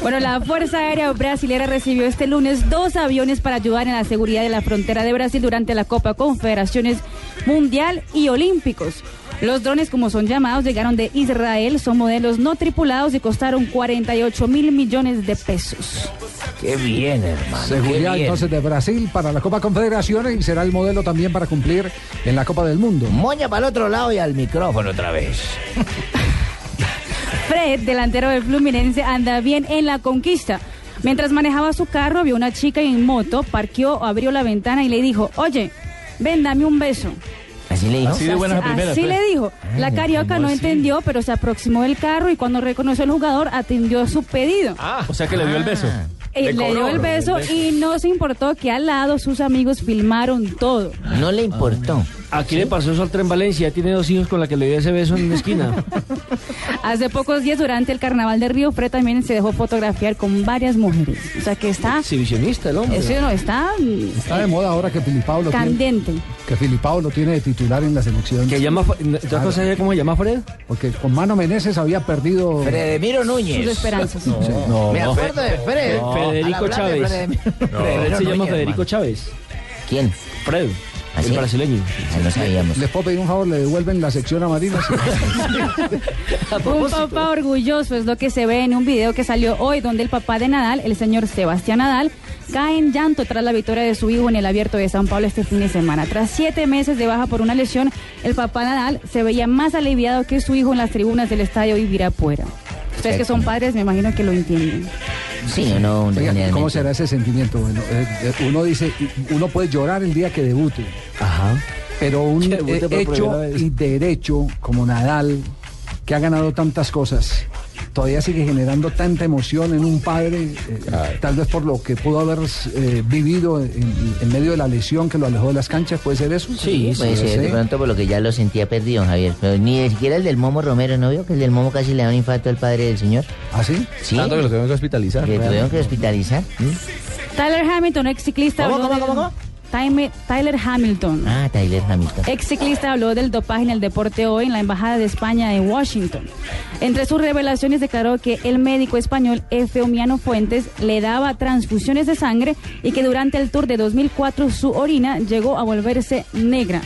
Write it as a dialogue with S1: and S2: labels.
S1: Bueno, la Fuerza Aérea Brasilera recibió este lunes dos aviones para ayudar en la seguridad de la frontera de Brasil durante la Copa Confederaciones Mundial y Olímpicos. Los drones, como son llamados, llegaron de Israel, son modelos no tripulados y costaron 48 mil millones de pesos.
S2: Qué bien, hermano.
S3: Seguridad
S2: qué bien.
S3: entonces de Brasil para la Copa Confederaciones y será el modelo también para cumplir en la Copa del Mundo.
S2: Moña para el otro lado y al micrófono otra vez.
S1: Fred, delantero del Fluminense, anda bien en la conquista. Mientras manejaba su carro, vio una chica en moto, parqueó, abrió la ventana y le dijo, oye, ven, dame un beso.
S2: Así le dijo.
S4: Así de buenas a primeras.
S1: Así
S4: pues.
S1: le dijo. La carioca no entendió, pero se aproximó del carro y cuando reconoció al jugador, atendió su pedido.
S5: Ah,
S4: O sea que le dio el beso.
S1: Eh, le dio el beso y no se importó que al lado sus amigos filmaron todo.
S2: No le importó.
S5: Aquí le pasó eso al tren Valencia, tiene dos hijos con la que le dio ese beso en una esquina.
S1: Hace pocos días, durante el carnaval de Río Fre, también se dejó fotografiar con varias mujeres. O sea que está...
S5: Exhibicionista el hombre.
S1: Eso no está... mm,
S3: Está de moda ahora que Filipao lo tiene,
S1: Candente.
S3: que Filipao lo tiene de titular en la selección.
S5: Que llama, ¿Tú
S3: Claro.
S5: sabes cómo se llama Fred?
S3: Porque con Mano Meneses había perdido.
S2: Fredemiro
S1: Sus
S2: Núñez.
S1: esperanzas.
S5: No,
S2: Me acuerdo de Fred.
S5: No. Federico
S2: Al hablar de
S5: Chávez.
S2: Fredemiro-
S5: Fred
S2: Fredemiro
S5: se llama
S2: Núñez,
S5: Federico
S2: hermano.
S5: Chávez.
S2: ¿Quién?
S5: Fred,
S2: ¿Ah, sí?
S5: el brasileño.
S2: Ah, no sabíamos.
S3: ¿Les puedo pedir un favor? ¿Le devuelven la sección a Marina? Sí.
S1: Un papá orgulloso es lo que se ve en un video que salió hoy donde el papá de Nadal, el señor Sebastián Nadal, cae en llanto tras la victoria de su hijo en el abierto de San Pablo este fin de semana. Tras siete meses de baja por una lesión, el papá Nadal se veía más aliviado que su hijo en las tribunas del estadio Ibirapuera. Ustedes que son padres me imagino que lo entienden.
S2: Sí, no, un
S3: Oiga,
S2: definitivamente.
S3: ¿Cómo será ese sentimiento? Bueno, eh, eh, uno dice, uno puede llorar el día que debute,
S5: Ajá.
S3: pero un
S5: Que debute
S3: eh,
S5: por primera
S3: hecho
S5: vez.
S3: y derecho como Nadal, que ha ganado tantas cosas, todavía sigue generando tanta emoción en un padre, eh, tal vez por lo que pudo haber eh, vivido en, en medio de la lesión que lo alejó de las canchas, ¿puede ser eso?
S2: Sí, puede
S3: sí,
S2: ser, de
S3: sí.
S2: pronto por lo que ya lo sentía perdido, Javier. Pero ni de siquiera el del Momo Romero, ¿no vio? Que el del Momo casi le da un infarto al padre del señor.
S3: ¿Ah, sí?
S2: Sí.
S4: Tanto que lo tuvieron que hospitalizar.
S2: Que
S4: realmente.
S2: tuvieron que hospitalizar. ¿Mm?
S1: Tyler Hamilton, ex ciclista...
S2: ¿Cómo,
S1: habló
S2: cómo,
S1: del-
S2: cómo, cómo?
S1: Time- Tyler Hamilton.
S2: Ah, Tyler Hamilton.
S1: Ex ciclista habló del dopaje en el deporte hoy en la Embajada de España en Washington. Entre sus revelaciones declaró que el médico español Efeumiano Fuentes le daba transfusiones de sangre y que durante el Tour de 2004 su orina llegó a volverse negra.